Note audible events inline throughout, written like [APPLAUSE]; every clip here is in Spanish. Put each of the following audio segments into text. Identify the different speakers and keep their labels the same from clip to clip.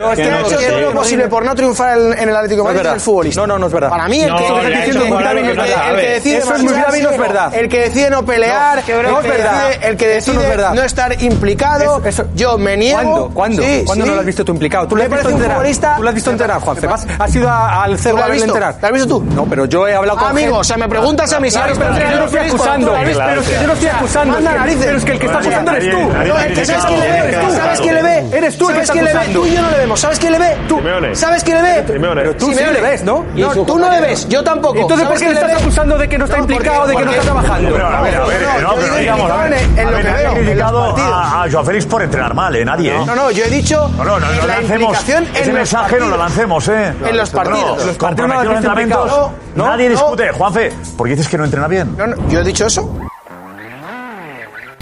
Speaker 1: No, este ha hecho todo lo posible por no triunfar en, en el Atlético de Madrid es el futbolista.
Speaker 2: No, no, no es verdad.
Speaker 1: Para mí, el
Speaker 3: No,
Speaker 1: que,
Speaker 3: le ha hecho
Speaker 1: el,
Speaker 3: jugar a
Speaker 1: que-
Speaker 3: lo que
Speaker 1: el que-
Speaker 3: sabe.
Speaker 1: el que decide
Speaker 2: Eso es muy
Speaker 1: marcharse,
Speaker 2: grave y no es verdad.
Speaker 1: El que decide no pelear,
Speaker 2: No, no
Speaker 1: el,
Speaker 2: es
Speaker 1: que
Speaker 2: verdad.
Speaker 1: decide, el que
Speaker 2: Eso no es
Speaker 1: decide
Speaker 2: verdad.
Speaker 1: no estar implicado,
Speaker 2: Eso- eso-
Speaker 1: yo me niego.
Speaker 2: ¿Cuándo? ¿Cuándo?
Speaker 1: Sí,
Speaker 2: ¿Cuándo
Speaker 1: sí.
Speaker 2: no lo has visto tú implicado? ¿Tú lo
Speaker 1: Me
Speaker 2: has visto
Speaker 1: parece un
Speaker 2: enterar?
Speaker 1: futbolista-
Speaker 2: ¿Tú lo has visto
Speaker 1: Me
Speaker 2: enterar,
Speaker 1: parece-
Speaker 2: Juanfe? ¿Vas- ¿Has ido a- al cerro
Speaker 1: ¿Tú
Speaker 2: a
Speaker 1: lo has
Speaker 2: verle
Speaker 1: visto?
Speaker 2: enterar?
Speaker 1: ¿Lo has visto tú?
Speaker 2: No, pero yo he hablado con
Speaker 1: Amigo,
Speaker 2: gente-
Speaker 1: o sea, me preguntas a mí si
Speaker 2: Claro,
Speaker 1: eres
Speaker 2: pero es que yo no estoy
Speaker 1: perfecto,
Speaker 2: acusando.
Speaker 1: tú lo has visto.
Speaker 2: Pero es que yo no estoy acusando.
Speaker 1: Manda
Speaker 2: es que-
Speaker 1: narices.
Speaker 2: Pero es que el que está
Speaker 3: Nadie,
Speaker 2: acusando eres
Speaker 3: nadie,
Speaker 2: tú.
Speaker 3: nadie,
Speaker 1: No, el que sabes quién le ve, eres tú. ¿Sabes quién le ve?
Speaker 2: Eres tú el que
Speaker 1: ¿Sabes
Speaker 2: está
Speaker 1: quién le ve?
Speaker 2: acusando.
Speaker 1: Tú y yo no le vemos. ¿Sabes quién le ve? Tú.
Speaker 3: Simeone.
Speaker 1: ¿Sabes quién le ve?
Speaker 3: Simeone.
Speaker 2: Pero tú sí
Speaker 1: Simeone.
Speaker 2: le ves, ¿no?
Speaker 1: No, tú no le ves, yo tampoco.
Speaker 2: Entonces, ¿por
Speaker 1: ¿Sabes
Speaker 2: qué le
Speaker 1: quién
Speaker 2: estás
Speaker 1: ve?
Speaker 2: acusando de que no está
Speaker 1: No, porque-
Speaker 2: implicado, de que no
Speaker 1: porque-
Speaker 2: está trabajando?
Speaker 3: Pero, a ver, a ver,
Speaker 4: eh,
Speaker 1: No,
Speaker 3: no,
Speaker 1: yo
Speaker 3: pero
Speaker 1: he
Speaker 3: no digamos.
Speaker 1: criticado
Speaker 3: a ver,
Speaker 1: en- en
Speaker 3: a
Speaker 1: lo
Speaker 3: ver,
Speaker 1: que
Speaker 3: nadie
Speaker 1: veo,
Speaker 3: ha
Speaker 1: en los
Speaker 3: criticado
Speaker 1: partidos.
Speaker 3: a, a Joao Félix por entrenar mal, ¿eh? Nadie, ¿eh?
Speaker 1: No, no, yo he dicho
Speaker 3: No, no, no,
Speaker 1: la
Speaker 3: no lancemos.
Speaker 1: implicación en
Speaker 3: Ese
Speaker 1: los
Speaker 3: mensaje no lo
Speaker 1: partidos.
Speaker 3: lancemos, ¿eh?
Speaker 1: En los partidos.
Speaker 3: No,
Speaker 2: partidos
Speaker 1: Los
Speaker 2: no
Speaker 3: comprometió
Speaker 2: lo
Speaker 3: los
Speaker 2: dicen
Speaker 3: entrenamientos.
Speaker 2: pecado.
Speaker 1: No, no,
Speaker 3: Nadie
Speaker 1: no.
Speaker 3: discute. Juanfe, ¿por qué dices que no entrena bien?
Speaker 1: No, no, yo he dicho eso.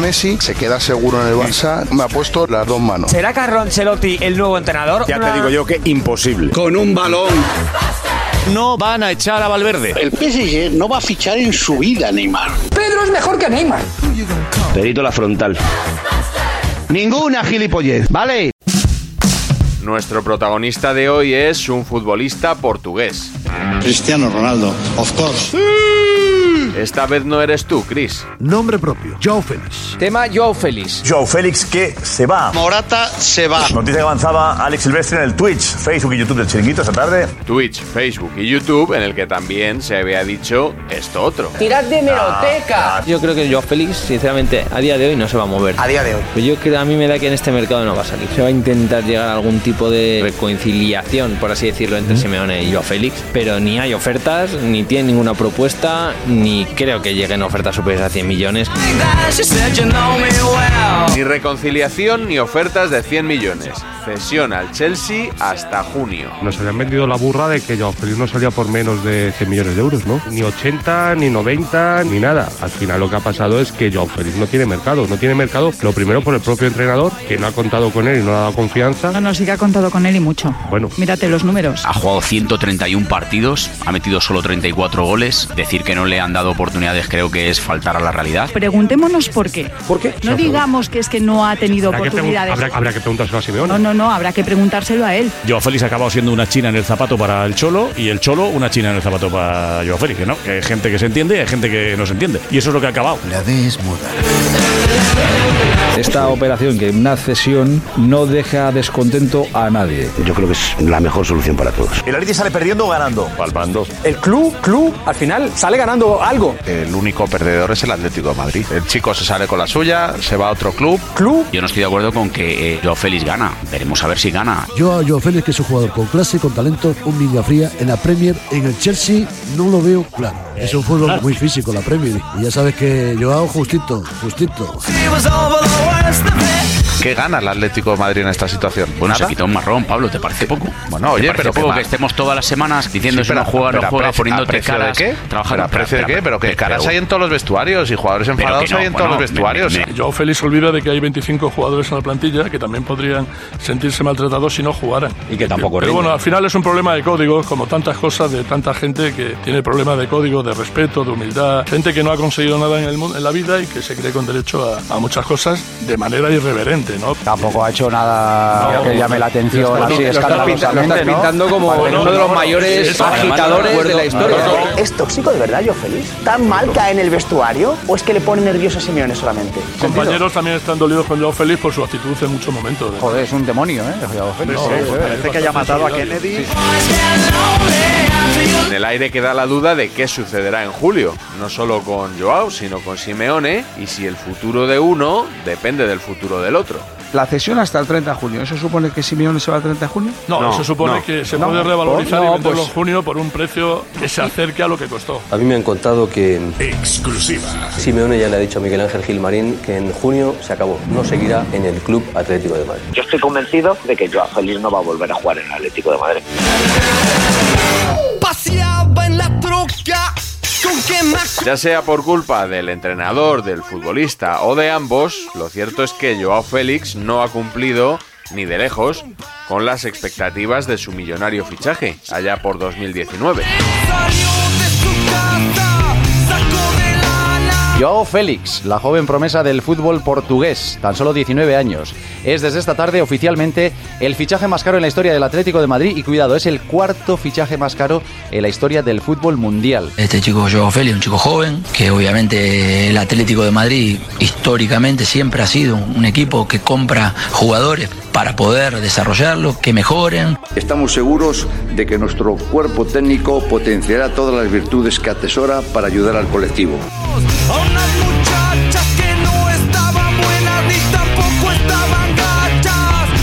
Speaker 5: Messi se queda seguro en el Barça. Me ha puesto las dos manos.
Speaker 2: ¿Será Carlo Ancelotti el nuevo entrenador?
Speaker 6: Ya te digo yo que imposible.
Speaker 7: Con un balón.
Speaker 6: No van a echar a Valverde.
Speaker 5: El PSG no va a fichar en su vida, Neymar.
Speaker 2: Pedro es mejor que Neymar.
Speaker 8: Perito la frontal. Ninguna gilipollez, ¿vale?
Speaker 9: Nuestro protagonista de hoy es un futbolista portugués.
Speaker 5: Cristiano Ronaldo, of course.
Speaker 9: Esta vez no eres tú, Chris.
Speaker 6: Nombre propio. Joao Félix.
Speaker 2: Tema Joao Félix.
Speaker 3: Joao Félix que se va.
Speaker 5: Morata se va.
Speaker 3: Noticia que avanzaba Alex Silvestre en el Twitch, Facebook y YouTube del Chiringuito esta tarde.
Speaker 9: Twitch, Facebook y YouTube, en el que también se había dicho esto otro.
Speaker 2: Tirad de meroteca.
Speaker 8: Yo creo que Joao Félix, sinceramente, a día de hoy no se va a mover.
Speaker 1: A día de hoy.
Speaker 8: Pero yo creo, a mí me da que en este mercado no va a salir. Se va a intentar llegar a algún tipo de reconciliación, por así decirlo, entre Simeone y Joao Félix. Pero ni hay ofertas, ni tiene ninguna propuesta, ni creo que lleguen ofertas superiores a 100 millones.
Speaker 9: Ni reconciliación ni ofertas de 100 millones. Cesión al Chelsea hasta junio.
Speaker 4: Nos habían vendido la burra de que Joao Félix no salía por menos de 100 millones de euros, ¿no? Ni 80, ni 90, ni nada. Al final lo que ha pasado es que Joao Félix no tiene mercado. No tiene mercado, lo primero por el propio entrenador, que no ha contado con él y no le ha dado confianza.
Speaker 10: No, no, sí que ha contado con él y mucho.
Speaker 4: Bueno.
Speaker 10: Mírate los números.
Speaker 8: Ha jugado 131 partidos, ha metido solo 34 goles. Decir que no le han dado oportunidades creo que es faltar a la realidad.
Speaker 10: Preguntémonos por qué. ¿Por qué? No digamos que es que no ha tenido
Speaker 4: Habrá que, pregun-
Speaker 10: oportunidades.
Speaker 4: habrá- habrá que preguntárselo a Simeone.
Speaker 10: No, no, no, habrá que preguntárselo a él.
Speaker 3: Joao Félix ha acabado siendo una china en el zapato para el Cholo y el Cholo una china en el zapato para Joao Félix, ¿no? Que hay gente que se entiende y hay gente que no se entiende. Y eso es lo que ha acabado.
Speaker 5: La D es muda.
Speaker 8: Esta operación, que una cesión, no deja descontento a nadie. Yo creo que es la mejor solución para todos.
Speaker 3: El Atleti sale perdiendo o ganando. Palpando.
Speaker 2: El club, club, al final sale ganando algo.
Speaker 9: El único perdedor es el Atlético de Madrid. El chico se sale con la suya, se va a otro club.
Speaker 2: Club.
Speaker 8: Yo no estoy de acuerdo con que eh, Joao Félix gana. Veremos a ver si gana.
Speaker 5: Yo a Joao Félix, que es un jugador con clase, con talento, un milla fría en la Premier, en el Chelsea, no lo veo claro. Es un fútbol muy físico, la Premier. Y ya sabes que Joao justito, justito.
Speaker 9: ¿Qué gana el Atlético de Madrid en esta situación?
Speaker 8: Bueno, se
Speaker 9: ¿Nada?
Speaker 8: quitó un marrón, Pablo, ¿te parece poco?
Speaker 9: Bueno,
Speaker 8: ¿Te
Speaker 9: oye,
Speaker 8: parece
Speaker 9: pero
Speaker 8: poco
Speaker 9: ¿qué
Speaker 8: que
Speaker 9: más?
Speaker 8: estemos todas las semanas diciendo
Speaker 9: Sí,
Speaker 8: si no
Speaker 9: pero-
Speaker 8: juega,
Speaker 9: pero
Speaker 8: no
Speaker 9: a
Speaker 8: juega,
Speaker 9: precio-
Speaker 8: poniéndote
Speaker 9: ¿a precio
Speaker 8: caras,
Speaker 9: de qué?
Speaker 8: trabajando.
Speaker 9: ¿Pero a precio de qué? Pero que caras hay en todos los vestuarios y jugadores
Speaker 8: Pero que
Speaker 9: enfadados
Speaker 8: no,
Speaker 9: hay en
Speaker 8: bueno,
Speaker 9: todos los
Speaker 8: me-
Speaker 9: vestuarios.
Speaker 8: me-
Speaker 11: Joao Félix olvida de que hay 25 jugadores en la plantilla que también podrían sentirse maltratados si no jugaran. Y que
Speaker 12: tampoco
Speaker 11: Pero
Speaker 12: rinden.
Speaker 11: bueno, al final es un problema de códigos, como tantas cosas de tanta gente que tiene problemas de código, de respeto, de humildad. Gente que no ha conseguido nada en, el mundo, en la vida y que se cree con derecho a, a muchas cosas de manera irreverente, ¿no?
Speaker 13: Tampoco ha hecho nada
Speaker 11: No,
Speaker 13: Ah, que llame la
Speaker 11: lo
Speaker 13: atención
Speaker 11: estás-
Speaker 13: así
Speaker 11: lo estás
Speaker 13: escandalosamente,
Speaker 11: pintando- lo estás
Speaker 13: ¿no?
Speaker 11: pintando como
Speaker 13: Parece
Speaker 11: uno
Speaker 13: que
Speaker 11: de los
Speaker 13: no.
Speaker 11: mayores
Speaker 13: Sí, sí,
Speaker 11: agitadores
Speaker 13: además,
Speaker 11: de la historia.
Speaker 13: Claro.
Speaker 14: ¿Es tóxico de verdad, yo feliz? ¿Tan mal cae en el vestuario o es que le pone nervioso a Simeone solamente?
Speaker 11: Compañeros también están dolidos con Joao Félix por su actitud en muchos momentos. Joder,
Speaker 13: es un demonio, ¿eh? Joao
Speaker 11: Félix.
Speaker 13: Sí, sí, parece que haya matado a
Speaker 11: Kennedy.
Speaker 9: En el aire queda la duda de qué sucederá en julio, no solo con Joao, sino con Simeone, y si el futuro de uno depende del futuro del otro.
Speaker 15: La cesión hasta el 30 de junio. ¿Eso supone que Simeone se va al 30 de junio?
Speaker 11: No, eso supone que se
Speaker 15: No,
Speaker 11: puede revalorizar
Speaker 15: no,
Speaker 11: y venderlo
Speaker 15: pues-
Speaker 11: en junio por un precio que se acerque a lo que costó.
Speaker 16: A mí me han contado que. Exclusiva. Simeone ya le ha dicho a Miguel Ángel Gilmarín que en junio se acabó. No seguirá en el Club Atlético de Madrid.
Speaker 14: Yo estoy convencido de que Joao Félix no va a volver a jugar en el Atlético de Madrid.
Speaker 17: Paseaba en la troca con que más
Speaker 9: Ya sea por culpa del entrenador, del futbolista o de ambos, lo cierto es que Joao Félix no ha cumplido, ni de lejos, con las expectativas de su millonario fichaje, allá por 2019.
Speaker 18: Joao Félix, la joven promesa del fútbol portugués, tan solo 19 años. Es desde esta tarde oficialmente el fichaje más caro en la historia del Atlético de Madrid y cuidado, es el cuarto fichaje más caro en la historia del fútbol mundial.
Speaker 19: Este chico Joao Félix, un chico joven, que obviamente el Atlético de Madrid históricamente siempre ha sido un equipo que compra jugadores para poder desarrollarlos, que mejoren.
Speaker 20: Estamos seguros de que nuestro cuerpo técnico potenciará todas las virtudes que atesora para ayudar al colectivo.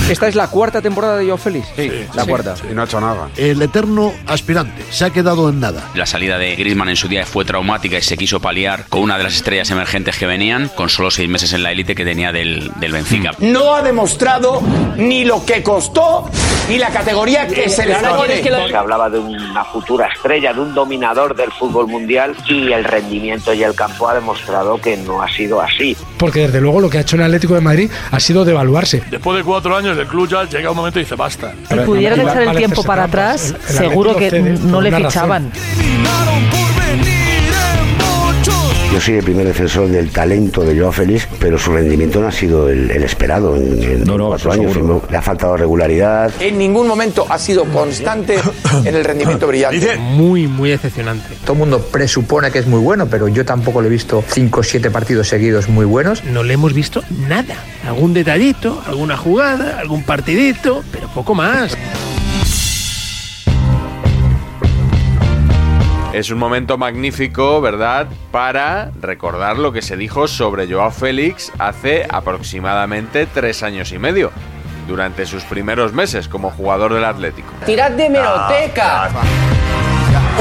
Speaker 15: Esta es la cuarta temporada de Joao Félix. Sí, la
Speaker 18: sí.
Speaker 15: cuarta.
Speaker 18: Y no ha hecho nada.
Speaker 5: El eterno aspirante se ha quedado en nada.
Speaker 8: La salida de Griezmann en su día fue traumática y se quiso paliar con una de las estrellas emergentes que venían, con solo seis meses en la élite que tenía del, del Benfica.
Speaker 14: No ha demostrado ni lo que costó ni la categoría que se le pone. Se hablaba de una futura estrella, de un dominador del fútbol mundial y el rendimiento y el campo ha demostrado que no ha sido así.
Speaker 21: Porque desde luego lo que ha hecho el Atlético de Madrid ha sido devaluarse.
Speaker 11: Después de cuatro años, el club ya llega un momento y dice basta.
Speaker 21: Si Pero
Speaker 22: pudiera
Speaker 21: Iba-
Speaker 22: echar el
Speaker 21: vale
Speaker 22: tiempo
Speaker 21: hacerse
Speaker 22: para
Speaker 21: trampas.
Speaker 22: atrás,
Speaker 21: El- el
Speaker 22: seguro
Speaker 21: Atlético
Speaker 22: que
Speaker 21: cede por
Speaker 22: no le
Speaker 21: una razón.
Speaker 22: fichaban.
Speaker 23: Yo soy el primer defensor del talento de Joao Félix, pero su rendimiento no ha sido el, el esperado en, en cuatro años. Firmó- Le ha faltado regularidad.
Speaker 3: En ningún momento ha sido constante en el rendimiento brillante.
Speaker 21: Muy, muy decepcionante.
Speaker 3: Todo el mundo presupone que es muy bueno, pero yo tampoco le he visto 5 o 7 partidos seguidos muy buenos.
Speaker 21: No le hemos visto nada. Algún detallito, alguna jugada, algún partidito, pero poco más.
Speaker 9: Es un momento magnífico, ¿verdad?, para recordar lo que se dijo sobre Joao Félix hace aproximadamente tres años y medio, durante sus primeros meses como jugador del Atlético.
Speaker 2: Tirad de meroteca.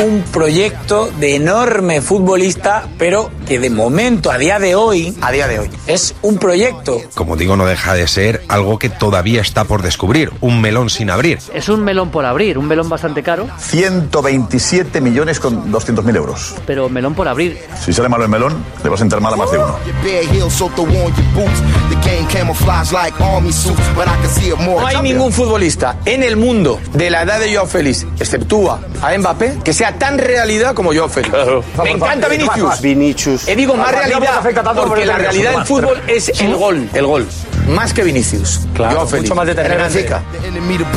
Speaker 3: Un proyecto de enorme futbolista, pero que de momento, a día de hoy, a día de hoy, es un proyecto.
Speaker 24: Como digo, no deja de ser algo que todavía está por descubrir, un melón sin abrir.
Speaker 21: Es un melón por abrir, un melón bastante caro,
Speaker 25: 127 millones con 200 mil euros.
Speaker 21: pero melón por abrir.
Speaker 25: Si sale malo el melón, le va a sentar mal a más de uno.
Speaker 3: No hay ningún futbolista en el mundo de la edad de Joao Félix, exceptúa a Mbappé, que sea tan realidad como Joao Félix. Me encanta Vinicius.
Speaker 13: Vinicius.
Speaker 3: He digo más realidad, porque la realidad del fútbol es el gol, el gol. Más que Vinicius.
Speaker 25: Claro,
Speaker 3: Joao Félix.
Speaker 25: mucho más determinante.
Speaker 3: En el Benfica.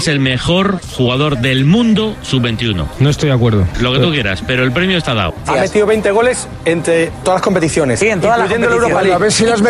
Speaker 26: Es el mejor jugador del mundo sub-21.
Speaker 21: No estoy de acuerdo.
Speaker 26: Lo que tú quieras, pero el premio está dado.
Speaker 3: Ha metido 20 goles entre todas las competiciones,
Speaker 13: incluyendo la Europa League. Es- es- es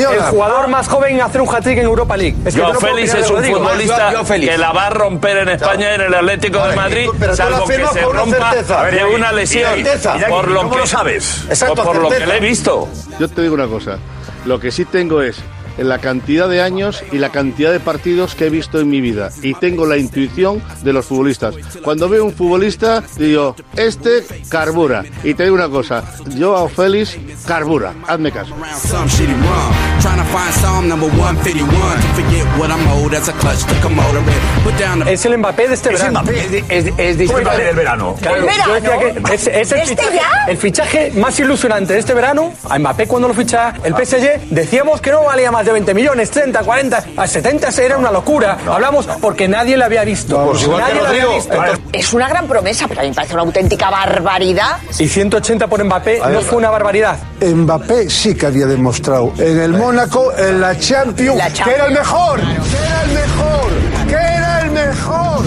Speaker 3: El jugador más joven en hacer un hat-trick en Europa League.
Speaker 27: Joao Félix es un
Speaker 3: ¿eh?
Speaker 27: futbolista que la va a romper en España en el Atlético de
Speaker 3: Vale,
Speaker 27: Madrid,
Speaker 3: pero tú lo
Speaker 27: salvo que
Speaker 3: afirmas
Speaker 27: se
Speaker 3: con una
Speaker 27: rompa
Speaker 3: certeza.
Speaker 27: de
Speaker 3: Iñaki,
Speaker 27: una lesión.
Speaker 3: Iñaki, Iñaki,
Speaker 27: Por lo
Speaker 3: ¿cómo
Speaker 27: que
Speaker 3: lo sabes?
Speaker 27: pues
Speaker 3: Exacto,
Speaker 27: por lo que
Speaker 3: certeza.
Speaker 27: le he visto.
Speaker 1: Yo te digo una cosa, lo que sí tengo es
Speaker 28: en la cantidad de años y la cantidad de partidos que he visto en mi vida. Y tengo la intuición de los futbolistas. Cuando veo un futbolista, digo, este carbura. Y te digo una cosa, yo a Félix carbura. Hazme caso.
Speaker 17: around some shitty rum. Trying to find Psalm number 151. Can't forget what I'm owed as a clutch to come over it. Put down the.
Speaker 3: Es el Mbappé de este
Speaker 17: Es
Speaker 3: verano.
Speaker 17: Mbappé.
Speaker 3: Es, di- es, es
Speaker 17: Fue el
Speaker 3: distinto
Speaker 17: Mbappé del verano.
Speaker 3: Claro,
Speaker 17: ¿Del
Speaker 3: yo decía
Speaker 17: verano?
Speaker 3: que es, es el,
Speaker 17: ¿Este
Speaker 3: fichaje,
Speaker 17: ya?
Speaker 3: el fichaje más ilusionante de este verano. A Mbappé cuando lo ficha el PSG decíamos que no valía más de 20 millones, 30, 40, a 70 era una locura. Hablamos porque nadie le había visto.
Speaker 7: pues igual
Speaker 3: nadie
Speaker 7: que
Speaker 3: le había
Speaker 7: Rodrigo.
Speaker 3: visto.
Speaker 7: Vale. Es una gran promesa, pero a mí me parece una auténtica barbaridad.
Speaker 3: Y 180 por Mbappé no fue una barbaridad.
Speaker 29: Mbappé sí que había demostrado en el Mónaco, en la Champions, que era el mejor, que era el mejor, que era el mejor.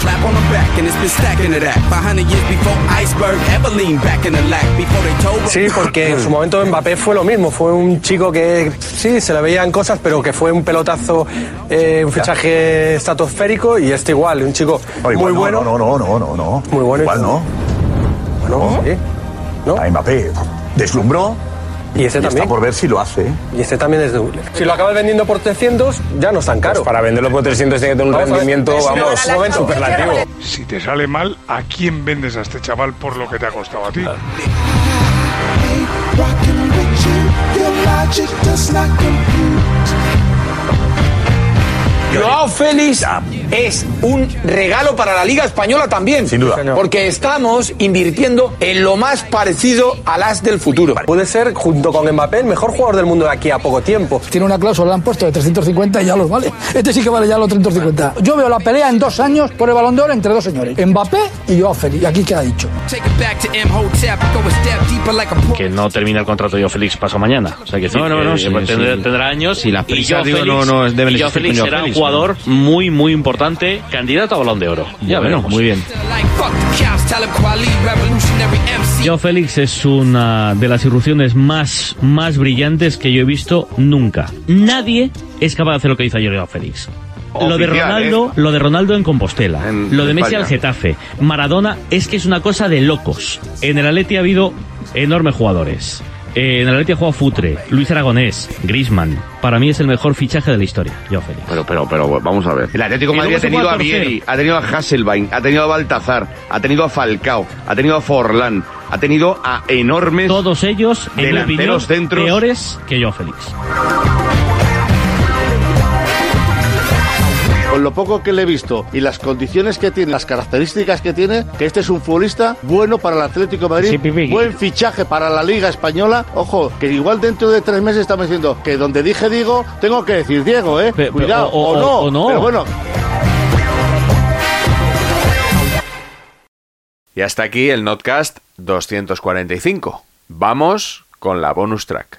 Speaker 17: Clap on the back, and it's been stacking to that. 500 years before iceberg ever leaned back in the lack. Before they told
Speaker 3: Sí, porque en su momento Mbappé fue lo mismo, fue un chico que sí, se le veían cosas, pero que fue un pelotazo, eh, un fichaje estratosférico y este igual, un chico pues muy
Speaker 25: no,
Speaker 3: bueno. este.
Speaker 25: No, no, no, no, no. Muy bueno. Igual no.
Speaker 3: Bueno, sí.
Speaker 25: A Mbappé deslumbró.
Speaker 3: Y ese también.
Speaker 25: Está por ver si lo hace.
Speaker 3: Y este también es de Si lo acabas vendiendo por 300, ya no es tan caro. Pues para venderlo por 300 tiene que tener
Speaker 10: un rendimiento,
Speaker 3: Pues,
Speaker 10: vamos,
Speaker 3: superlativo.
Speaker 10: Si te sale mal, ¿a quién vendes a este chaval por lo que te ha costado a ti?
Speaker 3: Joao Félix es un regalo para la Liga Española también. Sin
Speaker 25: duda.
Speaker 3: Porque estamos invirtiendo en lo más parecido al as del futuro. Puede ser, junto con Mbappé, el mejor jugador del mundo de aquí a poco tiempo.
Speaker 30: Tiene una cláusula, le han puesto de 350 y ya los vale. Este sí que vale ya los 350. Yo veo la pelea en dos años por el balón de oro entre dos señores, Mbappé y Joao Félix. Y aquí queda dicho.
Speaker 17: Take it back to M Hotel. Go a step deeper like a pro.
Speaker 26: Que no termina el contrato de Joao Félix pasado mañana. O sea, que decir
Speaker 31: No, no,
Speaker 26: que
Speaker 31: no, sí,
Speaker 26: tendrá,
Speaker 31: sí.
Speaker 26: tendrá años
Speaker 31: Sí, las prisas,
Speaker 26: y Joao
Speaker 31: digo,
Speaker 26: Félix,
Speaker 31: no, no, es- deben
Speaker 26: y Joao
Speaker 31: existir con
Speaker 26: Félix
Speaker 31: Joao
Speaker 26: será un
Speaker 31: Félix,
Speaker 26: jugador muy, muy importante, candidato a balón de oro. Ya
Speaker 31: Bueno,
Speaker 26: veremos.
Speaker 31: muy bien.
Speaker 17: Like fuck the cops. Tell 'em Kweli, revolutionary MC.
Speaker 31: Joao Félix es una de las irrupciones más, más brillantes que yo he visto nunca. Nadie es capaz de hacer lo que hizo ayer Joao Félix. lo de
Speaker 26: Oficial,
Speaker 31: Ronaldo,
Speaker 32: ¿eh?
Speaker 31: lo de Ronaldo en Compostela, lo de Messi
Speaker 26: España.
Speaker 31: al Getafe, Maradona es que es una cosa de locos. En el Atleti ha habido enormes jugadores. Eh, En el Atleti ha jugado Futre, Luis Aragonés, Griezmann. Para mí es el mejor fichaje de la historia, Joao Félix.
Speaker 32: Pero, pero, pero, vamos a ver. El Atlético de
Speaker 31: Que
Speaker 32: Madrid
Speaker 31: luego
Speaker 32: ha
Speaker 31: se
Speaker 32: tenido
Speaker 31: pueda
Speaker 32: a Vieri,
Speaker 31: torcer.
Speaker 32: ha tenido a Hasselbain, ha tenido a Baltazar, ha tenido a Falcao, ha tenido a Forlán, ha tenido a enormes.
Speaker 31: Todos ellos, en mi
Speaker 32: delanteros
Speaker 31: opinión,
Speaker 32: centros.
Speaker 31: peores que Joao Félix.
Speaker 28: Con lo poco que le he visto y las condiciones que tiene, las características que tiene, que este es un futbolista bueno para el Atlético de Madrid,
Speaker 26: Sí, Pipi.
Speaker 28: buen fichaje para la Liga Española. Ojo, que igual dentro de tres meses estamos diciendo que donde dije Diego, tengo que decir Diego, ¿eh?
Speaker 31: Pe- pe-
Speaker 28: Cuidado, o,
Speaker 31: o- o-
Speaker 28: no,
Speaker 31: o no.
Speaker 28: Pero bueno,
Speaker 9: Y hasta aquí el Notcast 245. Vamos con la bonus track.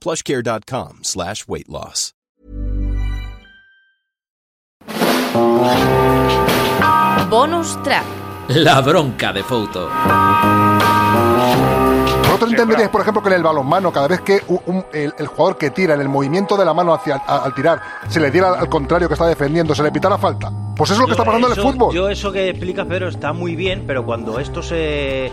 Speaker 12: plushcare.com slash weight loss.
Speaker 22: Bonus track.
Speaker 3: La bronca de Fouto.
Speaker 29: Vosotros entenderíais, por ejemplo, que en el balonmano, cada vez que un- un- el, el jugador que tira, en el movimiento de la mano hacia a- al tirar, se le diera al, al contrario que está defendiendo, se le pitara falta. Pues eso es lo que está pasando en el fútbol.
Speaker 1: Yo eso que explicas, Pedro, está muy bien, pero cuando esto se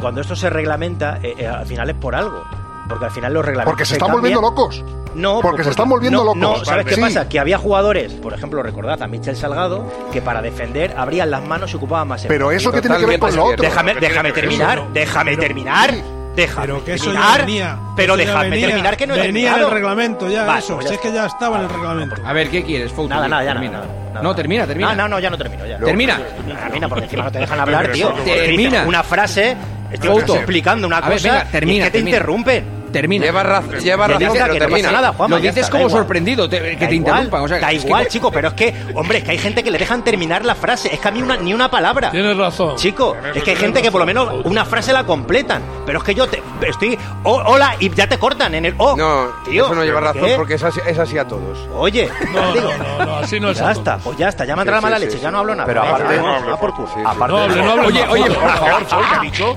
Speaker 1: cuando esto se reglamenta, eh, eh, al final es por algo. Porque al final los reglamentos.
Speaker 29: Porque se están volviendo locos.
Speaker 1: No, pues,
Speaker 29: Porque se están volviendo
Speaker 1: no,
Speaker 29: locos.
Speaker 1: No, ¿sabes qué
Speaker 29: Sí.
Speaker 1: pasa? Que había jugadores, por ejemplo, recordad a Michel Salgado, que para defender abrían las manos y ocupaban más
Speaker 29: Pero
Speaker 1: espacio.
Speaker 29: eso qué tiene que ver con lo otro.
Speaker 1: Déjame,
Speaker 29: Pero ¿qué
Speaker 1: déjame
Speaker 29: tiene que ver
Speaker 1: terminar,
Speaker 29: eso, no?
Speaker 1: déjame terminar. Déjame
Speaker 33: Pero que eso ya
Speaker 1: terminar,
Speaker 33: venía,
Speaker 1: pero
Speaker 33: eso ya
Speaker 1: déjame
Speaker 33: venía,
Speaker 1: terminar que no he
Speaker 33: Venía en el
Speaker 1: terminado.
Speaker 33: reglamento ya
Speaker 1: Vale,
Speaker 33: eso.
Speaker 1: pues
Speaker 33: si
Speaker 1: ya
Speaker 33: es que ya estaba en el reglamento.
Speaker 3: A ver, ¿qué quieres, Fouto?
Speaker 1: Nada, nada, ya
Speaker 33: Termina.
Speaker 1: nada, nada,
Speaker 33: No,
Speaker 1: nada.
Speaker 33: termina, termina.
Speaker 1: No, no, no, ya no termino. Ya.
Speaker 33: Termina.
Speaker 1: Termina, porque encima no te dejan hablar, tío.
Speaker 33: Termina.
Speaker 1: Una frase, estoy
Speaker 33: Fouto.
Speaker 1: explicando una
Speaker 33: A
Speaker 1: cosa
Speaker 33: ver, venga, termina,
Speaker 1: y es que te
Speaker 33: termina.
Speaker 1: interrumpen.
Speaker 3: termina.
Speaker 31: Lleva raz- lleva
Speaker 3: Que
Speaker 31: razón,
Speaker 3: dice-
Speaker 31: pero
Speaker 3: que no
Speaker 31: termina.
Speaker 3: pasa nada, Juanma,
Speaker 31: Lo
Speaker 3: ya
Speaker 31: dices
Speaker 3: está, da
Speaker 31: como
Speaker 3: igual.
Speaker 31: sorprendido, te- que
Speaker 3: Da
Speaker 31: te
Speaker 3: igual,
Speaker 31: interrumpan. O sea,
Speaker 3: da
Speaker 31: es que-
Speaker 3: igual,
Speaker 1: chico, pero es que, hombre, es que hay gente que le dejan terminar la frase. Es que a mí una, ni una palabra. Tienes razón. Chico, es que hay gente que por lo menos una frase la completan. Pero es que yo te, estoy. oh, hola, y ya te cortan en el. Oh, no, tío.
Speaker 31: Eso no lleva
Speaker 1: ¿pero
Speaker 31: razón
Speaker 1: qué?
Speaker 31: porque es así, es así a todos.
Speaker 1: Oye,
Speaker 31: No,
Speaker 1: digo,
Speaker 31: no, no, así no es
Speaker 1: Ya
Speaker 31: a
Speaker 1: está, pues ya está, ya me entra la
Speaker 31: Sí,
Speaker 1: mala
Speaker 31: sí,
Speaker 1: leche,
Speaker 31: sí,
Speaker 1: ya no hablo nada.
Speaker 31: Pero
Speaker 1: Ya,
Speaker 31: aparte-
Speaker 1: vamos,
Speaker 3: Ah,
Speaker 1: a por culo.
Speaker 31: Aparte- No hable, no hable
Speaker 9: Oye,
Speaker 31: más,
Speaker 9: oye,
Speaker 31: Fouto,
Speaker 9: por
Speaker 31: por favor,
Speaker 9: favor, Fouto, ¿qué ha dicho?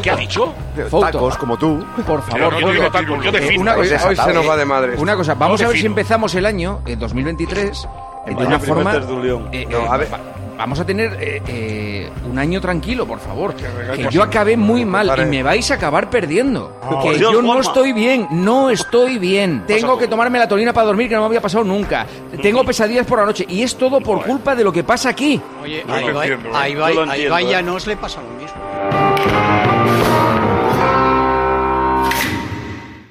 Speaker 9: ¿Qué ha dicho?
Speaker 5: Tacos como tú. Por Eh,
Speaker 9: Pero no digo tacos, yo defino.
Speaker 5: Hoy- hoy se nos va de madres.
Speaker 3: Una cosa,
Speaker 5: Yo
Speaker 3: vamos a ver si
Speaker 5: defino.
Speaker 3: empezamos el año, el 2023, eh, de
Speaker 5: Vaya
Speaker 3: una
Speaker 5: primer
Speaker 3: forma.
Speaker 5: test de un león.
Speaker 3: eh,
Speaker 5: No,
Speaker 3: eh,
Speaker 5: a ver.
Speaker 3: va- Vamos a tener eh, eh, un año tranquilo, por favor. Que
Speaker 5: pues
Speaker 3: yo
Speaker 5: sí.
Speaker 3: acabé muy mal y
Speaker 5: Empezaré.
Speaker 3: me vais a acabar perdiendo.
Speaker 1: Ah,
Speaker 5: No.
Speaker 3: Que
Speaker 5: Por
Speaker 3: yo
Speaker 5: Dios,
Speaker 3: no
Speaker 5: Juanma.
Speaker 3: estoy bien, no estoy bien. Tengo que tomarme la tolina para dormir, que no me había pasado nunca.
Speaker 8: [LAUGHS]
Speaker 3: Tengo pesadillas por la noche y es todo por culpa de lo que pasa aquí.
Speaker 8: Oye,
Speaker 3: No
Speaker 8: ahí
Speaker 3: lo
Speaker 8: va,
Speaker 3: entiendo, ¿eh?
Speaker 8: ahí va,
Speaker 3: No lo
Speaker 8: ahí
Speaker 3: entiendo,
Speaker 8: va,
Speaker 3: ¿eh?
Speaker 8: ya no os le pasa lo mismo.